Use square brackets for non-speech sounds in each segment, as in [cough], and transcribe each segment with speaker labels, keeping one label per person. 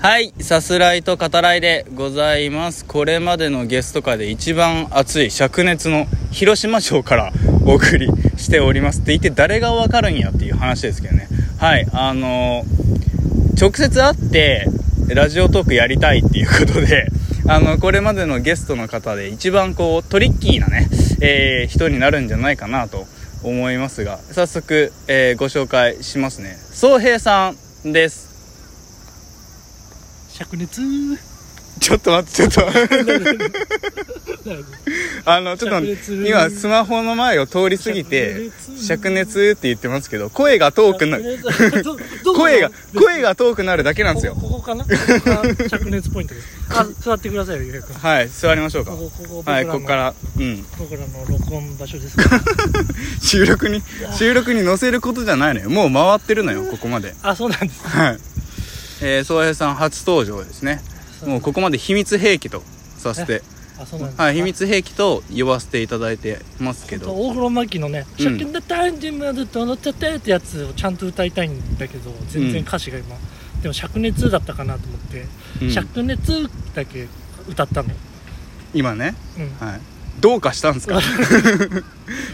Speaker 1: はい、さすらいと語らいでございます。これまでのゲスト会で一番熱い灼熱の広島城からお送りしておりますって言って誰がわかるんやっていう話ですけどね。はい、あのー直接会ってラジオトークやりたいっていうことで、 [laughs] あの、これまでのゲストの方で一番こうトリッキーなね、えー人になるんじゃないかなと思いますが、早速、えーご紹介しますね。総平さんです。
Speaker 2: 灼熱
Speaker 1: ちょっと待って、ちょっと。あの、ちょっと待って
Speaker 2: 灼熱
Speaker 1: 今、スマホの前を通り過ぎて、
Speaker 2: 灼熱
Speaker 1: 灼熱って言ってますけど、声が遠くなる。
Speaker 2: る
Speaker 1: 声が、声が遠くなるだけなんですよ
Speaker 2: こ。こここかなここが灼熱ポイントですあ座ってくださいよゆうくんこ
Speaker 1: はい、座りましょうか。
Speaker 2: こここ僕
Speaker 1: は
Speaker 2: ら
Speaker 1: い、
Speaker 2: の、
Speaker 1: ここから、うん。
Speaker 2: 僕らの録音場所
Speaker 1: [laughs]
Speaker 2: ですから
Speaker 1: 収録に、収録に載せることじゃないのよ。もう回ってるのよ、ここまで。
Speaker 2: あそうなんです
Speaker 1: はい。えー、宗平さん初登場ですね。もうここまで秘密兵器とさせて、
Speaker 2: あそうなんです
Speaker 1: はい、秘密兵器と呼ばせていただいてますけど。
Speaker 2: 大黒摩季のね「
Speaker 1: うん
Speaker 2: 灼熱タイムまでと乗っちゃって」ってやつをちゃんと歌いたいんだけど全然歌詞が今、でも灼熱だったかなと思って「
Speaker 1: うん
Speaker 2: 灼熱」だけ歌ったの
Speaker 1: 今ね。
Speaker 2: うん
Speaker 1: はい。どうかしたんですか [laughs]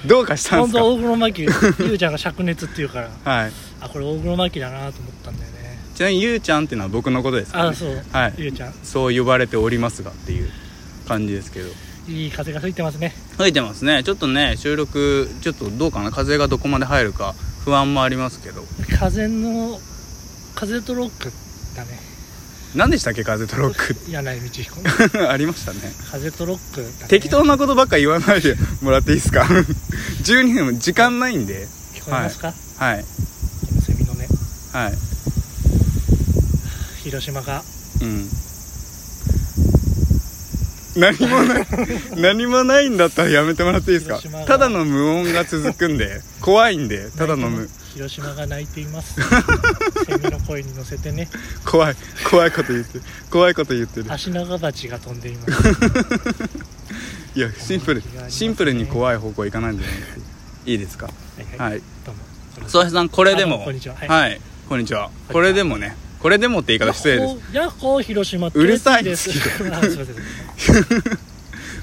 Speaker 1: どうかしたんで
Speaker 2: 本
Speaker 1: す
Speaker 2: 当
Speaker 1: か
Speaker 2: は大黒摩季ゆうちゃんが灼熱っていうから
Speaker 1: はい。
Speaker 2: あこれ大黒摩季だなと思ったんだよね
Speaker 1: ちなみに、ゆうちゃんっていうのは僕のことですから、
Speaker 2: あ
Speaker 1: ね。
Speaker 2: そう、
Speaker 1: はい
Speaker 2: ゆうちゃん
Speaker 1: そう呼ばれておりますがっていう感じですけど。
Speaker 2: いい風が吹いてますね
Speaker 1: 吹いてますね。ちょっとね、収録、ちょっとどうかな。風がどこまで入るか不安もありますけど。
Speaker 2: 風の風とロックだね
Speaker 1: 何でしたっけ風とロッ
Speaker 2: 柳井道
Speaker 1: [laughs]
Speaker 2: 彦
Speaker 1: ク。ありましたね。
Speaker 2: 風とロックだ、ね、
Speaker 1: 適当なことばっか言わないでもらっていいですか [laughs] ?12 分、時間ないんで。
Speaker 2: 聞こえますか、
Speaker 1: はい。
Speaker 2: このセミのね
Speaker 1: はい。
Speaker 2: 広島が
Speaker 1: うん。何もない、何もないんだったらやめてもらっていいですか
Speaker 2: 広島が
Speaker 1: ただの無音が続くんで、怖いんで、ただの無、
Speaker 2: 広島が泣いています
Speaker 1: [laughs]
Speaker 2: セミの声に乗せてね
Speaker 1: 怖い、怖いこと言ってる、怖いこと言ってる。
Speaker 2: 足長鉢が飛ん
Speaker 1: [laughs]
Speaker 2: でいます
Speaker 1: いや、シンプル、シンプルに怖い方向行かないんじゃないですかいいですか
Speaker 2: はい、
Speaker 1: はい。
Speaker 2: どうもこんにち
Speaker 1: 曽
Speaker 2: は
Speaker 1: 橋さん、これで
Speaker 2: あ
Speaker 1: も、
Speaker 2: こんにちははい
Speaker 1: はい、こんにちは。これでもね、これでもって言い方失礼です。
Speaker 2: やっほー広島
Speaker 1: うるさい
Speaker 2: テレビです [laughs] あすいません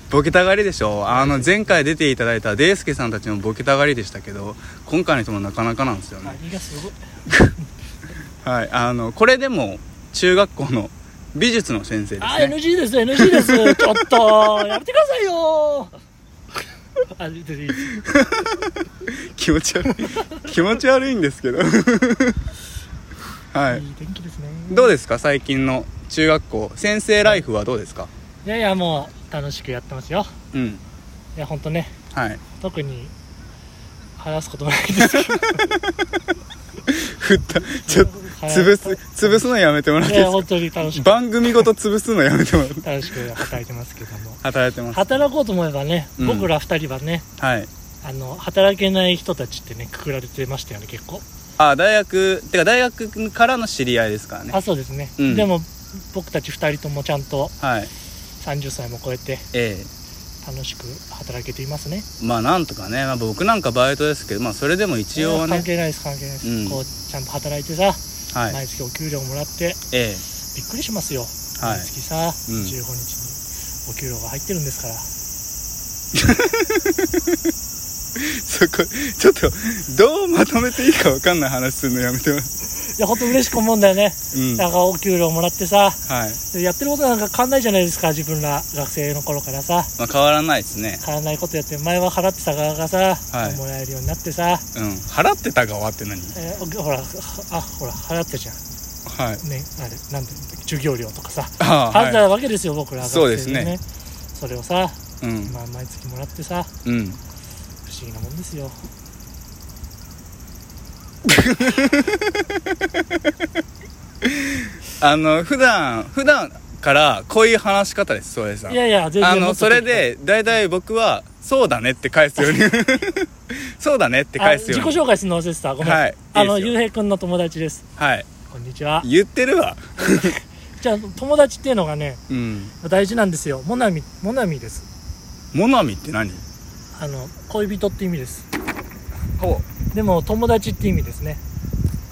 Speaker 1: ボケたがりでしょあの、前回出ていただいたデイスケさんたちもボケたがりでしたけど、今回の人もなかなかなんですよね。
Speaker 2: 何がすごい
Speaker 1: はい、あのこれでも中学校の美術の先生で
Speaker 2: あ
Speaker 1: すね
Speaker 2: NG です
Speaker 1: [laughs]
Speaker 2: NG ですちょっとやめてくださいよあででいいです
Speaker 1: 気持ち悪い [laughs] 気持ち悪いんですけどはい
Speaker 2: いい天気ですね
Speaker 1: どう
Speaker 2: す
Speaker 1: ですか最近の中学校先生ライフはどうですか
Speaker 2: いやいやもう楽しくやってますよ
Speaker 1: うん
Speaker 2: いや本当ね
Speaker 1: はい
Speaker 2: 特に話すことないですけど
Speaker 1: 振った [laughs] ちょっと
Speaker 2: はい
Speaker 1: 潰す潰すのやめてもらっ
Speaker 2: い
Speaker 1: ていい
Speaker 2: や
Speaker 1: で
Speaker 2: 本当に楽し
Speaker 1: す
Speaker 2: く
Speaker 1: か番組ごと潰すのやめてもらって
Speaker 2: 楽しく働いてますけども
Speaker 1: 働いてます
Speaker 2: 働こうと思えばね、
Speaker 1: うん
Speaker 2: 僕ら二人はね
Speaker 1: はい
Speaker 2: あの働けない人たちってねくくられてましたよね結構
Speaker 1: あ大学てか大学からの知り合いですからね
Speaker 2: あそうですね、
Speaker 1: うん
Speaker 2: でも僕たち二人ともちゃんと
Speaker 1: はい
Speaker 2: 30歳も超えて
Speaker 1: ええ
Speaker 2: 楽しく働けていますね
Speaker 1: まあなんとかね、まあ、僕なんかバイトですけどまあそれでも一応はね
Speaker 2: 関係ないです関係ないです、
Speaker 1: うん
Speaker 2: こうちゃんと働いてさ、
Speaker 1: はい
Speaker 2: 毎月お給料もらって
Speaker 1: ええ
Speaker 2: びっくりしますよ、
Speaker 1: はい
Speaker 2: 毎月さ、
Speaker 1: ん
Speaker 2: 15日にお給料が入ってるんですから
Speaker 1: そこちょっとどうまとめていいかわかんない話するのやめてもらって
Speaker 2: いや本当嬉しく思うんだよね、
Speaker 1: うん
Speaker 2: なんかお給料もらって
Speaker 1: は
Speaker 2: さ
Speaker 1: い、
Speaker 2: でやってることなんか変わんないじゃないですか自分ら学生の頃からさ
Speaker 1: まあ、変わらないですね
Speaker 2: 変わんないことやって前は払ってた側がさ、
Speaker 1: はい
Speaker 2: もらえるようになってさ、
Speaker 1: うん払ってた側って何
Speaker 2: えーおほらあほら払ってたじゃん
Speaker 1: はい
Speaker 2: ねあれなんだっけ授業料とかさ
Speaker 1: あ
Speaker 2: 払って
Speaker 1: あ
Speaker 2: たわけですよ、僕らは
Speaker 1: そうですね
Speaker 2: 学生それをさ、
Speaker 1: いうん
Speaker 2: まあ、毎月もらってさ
Speaker 1: うん
Speaker 2: 不思議なもんですよ
Speaker 1: あの普段普段からこういう話し方ですそれさん
Speaker 2: いやいや全然
Speaker 1: あ
Speaker 2: も
Speaker 1: の
Speaker 2: っと
Speaker 1: それで大体僕は「そうだね」って返すよ
Speaker 2: [laughs]
Speaker 1: うにそうだねって返すよう
Speaker 2: あ
Speaker 1: に
Speaker 2: 自己紹介するの忘れてたごめん、
Speaker 1: はいいいですよ
Speaker 2: あのゆうへいくんの友達です
Speaker 1: はい
Speaker 2: こんにちは
Speaker 1: 言ってるわ
Speaker 2: じゃあ友達っていうのがね
Speaker 1: うん
Speaker 2: 大事なんですよモナミモナミです
Speaker 1: モナミって何
Speaker 2: あの恋人って意味です
Speaker 1: ほ
Speaker 2: でも友達って意味ですね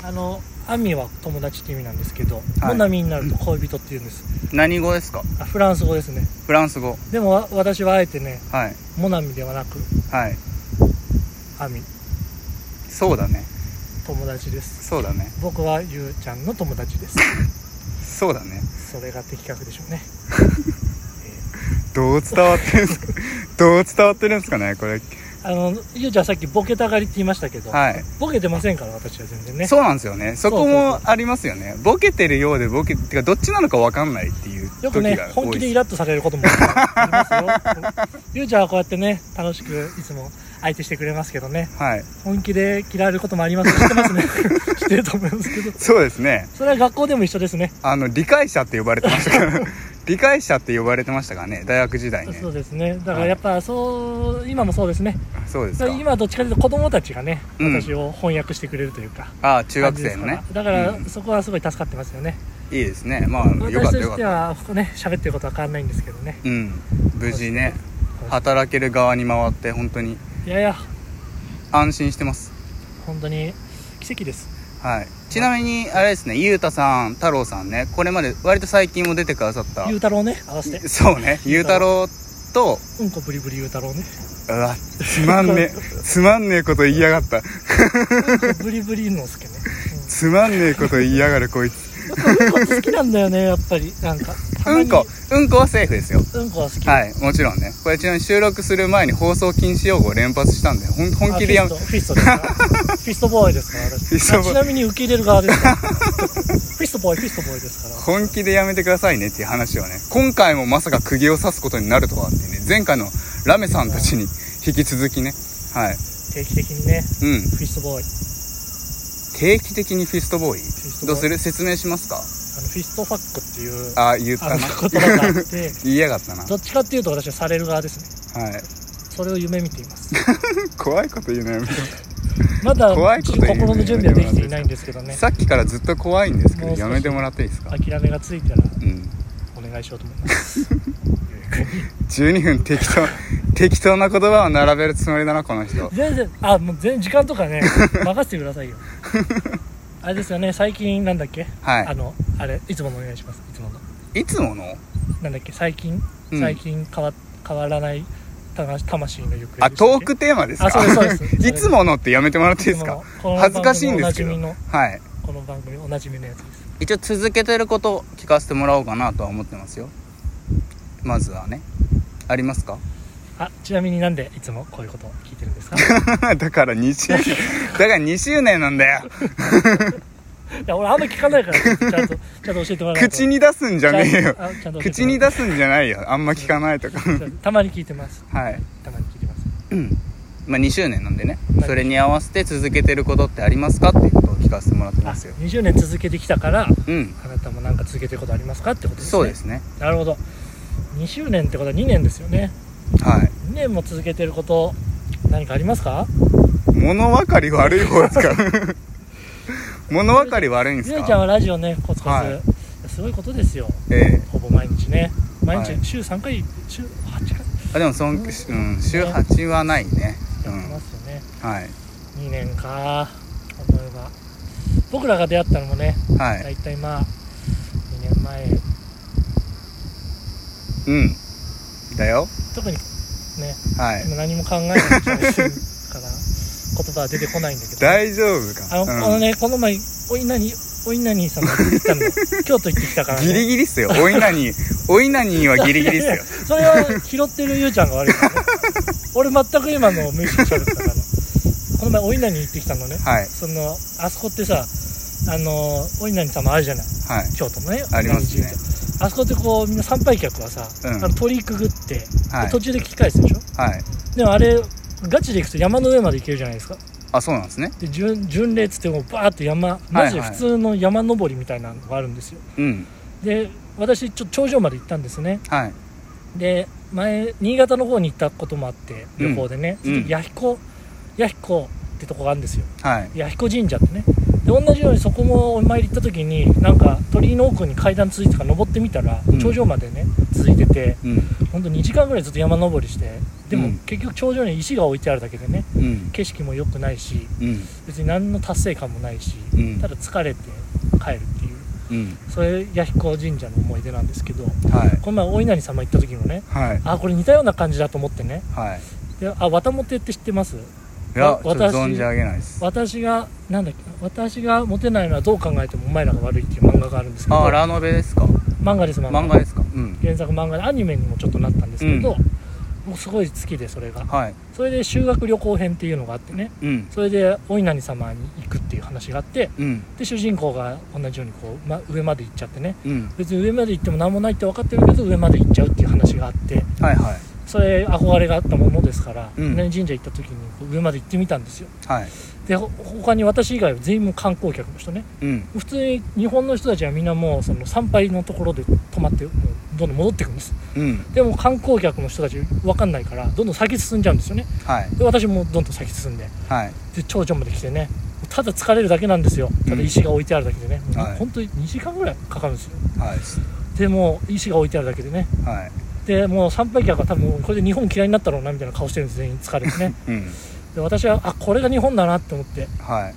Speaker 2: あのアミは友達って意味なんですけど、
Speaker 1: はい
Speaker 2: モナミになると恋人って言うんです
Speaker 1: 何語ですか
Speaker 2: あフランス語ですね
Speaker 1: フランス語
Speaker 2: でもわ私はあえてね
Speaker 1: はい
Speaker 2: モナミではなく
Speaker 1: はい
Speaker 2: アミ
Speaker 1: そうだね
Speaker 2: 友達です
Speaker 1: そうだね
Speaker 2: 僕はゆうちゃんの友達です
Speaker 1: そうだね
Speaker 2: それが的確でしょうね、
Speaker 1: どう伝わってるんですか [laughs] どう伝わってるんですかねこれ
Speaker 2: えーあのゆうちゃんさっきボケたがりって言いましたけど、
Speaker 1: はい
Speaker 2: ボケてませんから私は全然ね
Speaker 1: そうなんですよねそこ
Speaker 2: そうそ
Speaker 1: も
Speaker 2: う
Speaker 1: ありますよねボケてるようでボケてかどっちなのか分かんないっていう時
Speaker 2: よくね
Speaker 1: が多
Speaker 2: 本
Speaker 1: い
Speaker 2: 気
Speaker 1: で
Speaker 2: ですイラッとされることもありますよゆうちゃんはこうやってね楽しくいつも相手してくれますけどね
Speaker 1: はい
Speaker 2: 本気で嫌われることもあります知ってますね [laughs] 知ってると思いますけど
Speaker 1: そうですね
Speaker 2: それは学校でも一緒ですね
Speaker 1: あの理解者って呼ばれてましたから [laughs] 理解者って呼ばれてましたからね大学時代ね
Speaker 2: そうですねだからやっぱそう、今もそうですね
Speaker 1: そうです
Speaker 2: だ
Speaker 1: か
Speaker 2: から今はどっちかというと子供たちがね、
Speaker 1: うん
Speaker 2: 私を翻訳してくれるというか
Speaker 1: ああ中学生のね
Speaker 2: 感じですからだか
Speaker 1: うん
Speaker 2: らそこはすごい助かってますよね、
Speaker 1: いいですねまあよか
Speaker 2: 私
Speaker 1: った
Speaker 2: と
Speaker 1: よか
Speaker 2: し
Speaker 1: ってた
Speaker 2: はね喋ってることは変わんないんですけどね
Speaker 1: うん無事ね
Speaker 2: は
Speaker 1: 働ける側に回って本当に
Speaker 2: いやいや
Speaker 1: 安心してます
Speaker 2: 本当に奇跡です
Speaker 1: はいちなみにあれですねゆうたさん太郎さんねこれまで割と最近も出てくださった
Speaker 2: ゆうたろうね合わせて
Speaker 1: そうねゆうたろうと
Speaker 2: うんこぶりぶりゆうたろ
Speaker 1: [laughs]
Speaker 2: うね
Speaker 1: うわつまん
Speaker 2: [laughs]
Speaker 1: ねえつまんねえこと言いやがった
Speaker 2: うんこぶりぶりのすけね、
Speaker 1: つまんねえこと言いやがるこいつ
Speaker 2: うん、うんこ好きなんだよねやっぱりなんかたま
Speaker 1: う
Speaker 2: に
Speaker 1: んこうんこはセーフですよ
Speaker 2: うんこは好き
Speaker 1: はいもちろんねこれちなみに収録する前に放送禁止用語を連発したんでほん本気でや
Speaker 2: あ
Speaker 1: め
Speaker 2: フィストフィストですかフィストボーイですから
Speaker 1: フィス
Speaker 2: 私
Speaker 1: トボ
Speaker 2: あ
Speaker 1: ーイ
Speaker 2: ちなみに受け入れる側ですからフィストボーイフィストボーイですから
Speaker 1: 本気でやめてくださいねっていう話をね今回もまさか釘を刺すことになるとはってね前回のラメさんたちに引き続きねはい
Speaker 2: 定期的にね
Speaker 1: うん
Speaker 2: フィストボーイ
Speaker 1: 定期的にフィストボーイ
Speaker 2: フィストボーイ
Speaker 1: どうする説明しますか
Speaker 2: あのフィストファックっていう
Speaker 1: ああ言った
Speaker 2: あの
Speaker 1: な
Speaker 2: 言葉があって
Speaker 1: 言いやがったな
Speaker 2: どっちかっていうと私はされる側ですね
Speaker 1: はい
Speaker 2: それを夢見ています
Speaker 1: 怖いこと言うのやめて
Speaker 2: まだ
Speaker 1: 怖いこと言う
Speaker 2: 心の準備はできていないんですけどね
Speaker 1: さっきからずっと怖いんですけど
Speaker 2: もう少
Speaker 1: や
Speaker 2: し
Speaker 1: めてもらっていいですか
Speaker 2: 諦めがついたら
Speaker 1: うん
Speaker 2: お願いしようと思います
Speaker 1: 12分適当 [laughs] 適当な言葉を並べるつもりだなこの人
Speaker 2: [laughs] 全然あもう全然時間とか
Speaker 1: [laughs]
Speaker 2: ね任せてくださいよあれですよね最近なんだっけ、あ
Speaker 1: は
Speaker 2: のあれいつものお願いしますいつもの
Speaker 1: いいつもの
Speaker 2: なんだっけ最近
Speaker 1: うん
Speaker 2: 最近変わ変わらない魂魂の
Speaker 1: あ
Speaker 2: 行方でしたっけ
Speaker 1: トークテーマですか
Speaker 2: あそうですそうですそ
Speaker 1: [laughs]
Speaker 2: れ
Speaker 1: いつものってやめてもらっていいですか
Speaker 2: この
Speaker 1: 恥ずかしいんですけど
Speaker 2: この番組のおなじみ
Speaker 1: はい
Speaker 2: のこの番組おなじみのやつです
Speaker 1: 一応続けてること聞かせてもらおうかなとは思ってますよまずはねありますか
Speaker 2: あちなみになんでいつもこういうことを聞いてるんですか [laughs]
Speaker 1: [laughs] だから2周年だから2周年なんだよ
Speaker 2: いや俺あんま聞かないからちゃんとちゃんと教えてもらう
Speaker 1: 口に出すんじゃねえよ口に
Speaker 2: だ
Speaker 1: 出すんじゃないよあんま聞かないと
Speaker 2: [laughs]
Speaker 1: か
Speaker 2: たまに聞いてます
Speaker 1: はい
Speaker 2: たまに聞いてます
Speaker 1: まあ2周年なんでね
Speaker 2: はい
Speaker 1: それに合わせて続けてることってありますかっていうことを聞かせてもらって
Speaker 2: あ
Speaker 1: ますよ
Speaker 2: 20年続けてきたから
Speaker 1: うん
Speaker 2: あなたもなんか続けてることありますかってことですね
Speaker 1: そうですね
Speaker 2: なるほど2周年ってことは2年ですよね
Speaker 1: はい
Speaker 2: 2年も続けてること何かありますか
Speaker 1: 物分かり悪い方ですから [laughs] 物分かり悪いんです
Speaker 2: ゆうちゃん
Speaker 1: か
Speaker 2: はラジオねコツコツ、
Speaker 1: はい
Speaker 2: いやすごいことですよ
Speaker 1: ええ
Speaker 2: ほぼ毎日ね毎
Speaker 1: はい
Speaker 2: 日週3回週8回
Speaker 1: あでもそん、うん、週8はないねう
Speaker 2: やって
Speaker 1: ん
Speaker 2: ますよね、
Speaker 1: はい
Speaker 2: 2年か思えば僕らが出会ったのもね
Speaker 1: は
Speaker 2: だ
Speaker 1: い
Speaker 2: いたいまあ2年前
Speaker 1: うんだよ
Speaker 2: 特にね
Speaker 1: はい
Speaker 2: 今何も考えないで喋ってるから言葉は出てこないんだけど
Speaker 1: 大丈夫か
Speaker 2: あの,、あのねこの前お稲荷お稲荷さんが行ってき
Speaker 1: [laughs]
Speaker 2: たの京都行ってきたから、ね、
Speaker 1: ギリギリっすよお稲
Speaker 2: [laughs]
Speaker 1: 荷お稲荷はギリギリっすよ
Speaker 2: それは拾ってるゆうちゃんが悪いからね俺全く今の無意識喋ったからこの前お稲荷行ってきたのね
Speaker 1: はい
Speaker 2: そのあそこってさあのお稲荷様あるじゃない
Speaker 1: はい
Speaker 2: 京都のね
Speaker 1: ありますね
Speaker 2: お稲荷神社あそこってこうみんな参拝客はさ、
Speaker 1: うん
Speaker 2: あの鳥居くぐって、で
Speaker 1: はい
Speaker 2: 途中で聞き返すでしょ
Speaker 1: はい
Speaker 2: でもあれガチで行くと山の上まで行けるじゃないですか
Speaker 1: あそうなんですね
Speaker 2: で巡巡礼っつってもうバーって山マジで普通の山登りみたいなのがあるんですよ、
Speaker 1: うん
Speaker 2: で私ちょ頂上まで行ったんですね
Speaker 1: はい
Speaker 2: で前新潟の方に行ったこともあって
Speaker 1: うん
Speaker 2: 旅行でね、
Speaker 1: うん
Speaker 2: その時弥彦弥彦ってとこがあるんですよ
Speaker 1: はい
Speaker 2: 弥彦神社ってねでで同じようにそこもお参り行った時になんか鳥居の奥に階段続いてたから登ってみたら
Speaker 1: うん
Speaker 2: 頂上までね、続いてて
Speaker 1: うん
Speaker 2: ほんと2時間ぐらいずっと山登りしてで
Speaker 1: う
Speaker 2: も
Speaker 1: ん
Speaker 2: 結局頂上に石が置いてあるだけでね
Speaker 1: うん
Speaker 2: 景色も良くないし
Speaker 1: うん
Speaker 2: 別に何の達成感もないし、
Speaker 1: うん
Speaker 2: ただ疲れて帰るっていう
Speaker 1: うん
Speaker 2: それ弥彦神社の思い出なんですけど
Speaker 1: はい
Speaker 2: この前お稲荷様行った時もね
Speaker 1: はい
Speaker 2: あこれ似たような感じだと思ってね
Speaker 1: はい
Speaker 2: であ綿モテって知ってます
Speaker 1: いや
Speaker 2: わ
Speaker 1: ちょっと
Speaker 2: 私
Speaker 1: 存じ上げないです
Speaker 2: 私がなんだっけ私がモテないのはどう考えてもお前らが悪いっていう漫画があるんですけど
Speaker 1: あラノベですか
Speaker 2: 漫画です漫画
Speaker 1: 漫画ですかうん
Speaker 2: 原作漫画でアニメにもちょっとなったんですけ
Speaker 1: う
Speaker 2: ど、
Speaker 1: ん
Speaker 2: 僕すごい好きでそれが
Speaker 1: はい
Speaker 2: それで修学旅行編っていうのがあってね
Speaker 1: うん
Speaker 2: それでお稲荷様に行くっていう話があって
Speaker 1: うん
Speaker 2: で主人公が同じようにこう、ま、上まで行っちゃってね
Speaker 1: うん
Speaker 2: 別に上まで行っても何もないって分かってるけど上まで行っちゃうっていう話があって
Speaker 1: はいはい
Speaker 2: それ憧れがあったものですから、
Speaker 1: うん
Speaker 2: 稲荷神社行った時にこう上まで行ってみたんですよ
Speaker 1: はい
Speaker 2: でほ他に私以外は全員もう観光客の人ね
Speaker 1: うん
Speaker 2: 普通に日本の人たちはみんなもうその参拝のところで止まってもうどんどん戻っていくんです
Speaker 1: うん
Speaker 2: でも観光客の人たち分かんないからどんどん先進んじゃうんですよね
Speaker 1: はい
Speaker 2: で私もどんどん先進んで
Speaker 1: はい
Speaker 2: で頂上まで来てねただ疲れるだけなんですよただ石が置いてあるだけでね、もう
Speaker 1: はい
Speaker 2: 本当に2時間ぐらいかかるんですよ
Speaker 1: はい
Speaker 2: でもう石が置いてあるだけでね
Speaker 1: はい
Speaker 2: でもう参拝客は多分これで日本嫌いになったろうなみたいな顔してるんです全員疲れ
Speaker 1: [laughs]
Speaker 2: てね
Speaker 1: うん
Speaker 2: で私はあこれが日本だなって思って
Speaker 1: は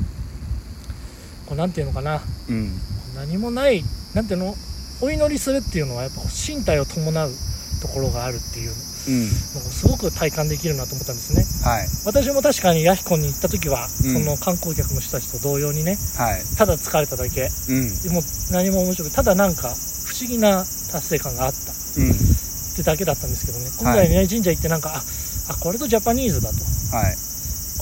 Speaker 2: こうなんていうのかない
Speaker 1: うん
Speaker 2: 何もないなんていうのお祈りするっていうのはやっぱ身体を伴うところがあるっていうの
Speaker 1: うん
Speaker 2: をすごく体感できるなと思ったんですね
Speaker 1: はい
Speaker 2: 私も確かにヤヒコに行った時は、
Speaker 1: うん
Speaker 2: その観光客の人たちと同様にね
Speaker 1: はい
Speaker 2: ただ疲れただけ
Speaker 1: うん
Speaker 2: でも何も面白くただなんか不思議な達成感があったっ
Speaker 1: うん
Speaker 2: てだけだったんですけどね今回ね、神社行ってなんかああこれとジャパニーズだと
Speaker 1: はい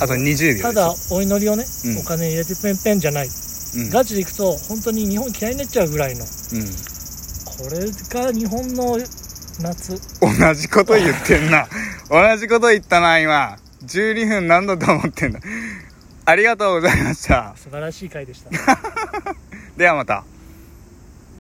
Speaker 1: あと20秒
Speaker 2: ただお祈りをね、
Speaker 1: うん
Speaker 2: お金入れてペンペンじゃない、
Speaker 1: うん
Speaker 2: ガチで行くと本当に日本嫌いになっちゃうぐらい
Speaker 1: う
Speaker 2: の
Speaker 1: ん
Speaker 2: これが日本の夏
Speaker 1: 同じこと言ってん
Speaker 2: [laughs]
Speaker 1: な同じこと言ったな今12分何度と思ってんだありがとうございました
Speaker 2: 素晴らしい回でした
Speaker 1: ではまた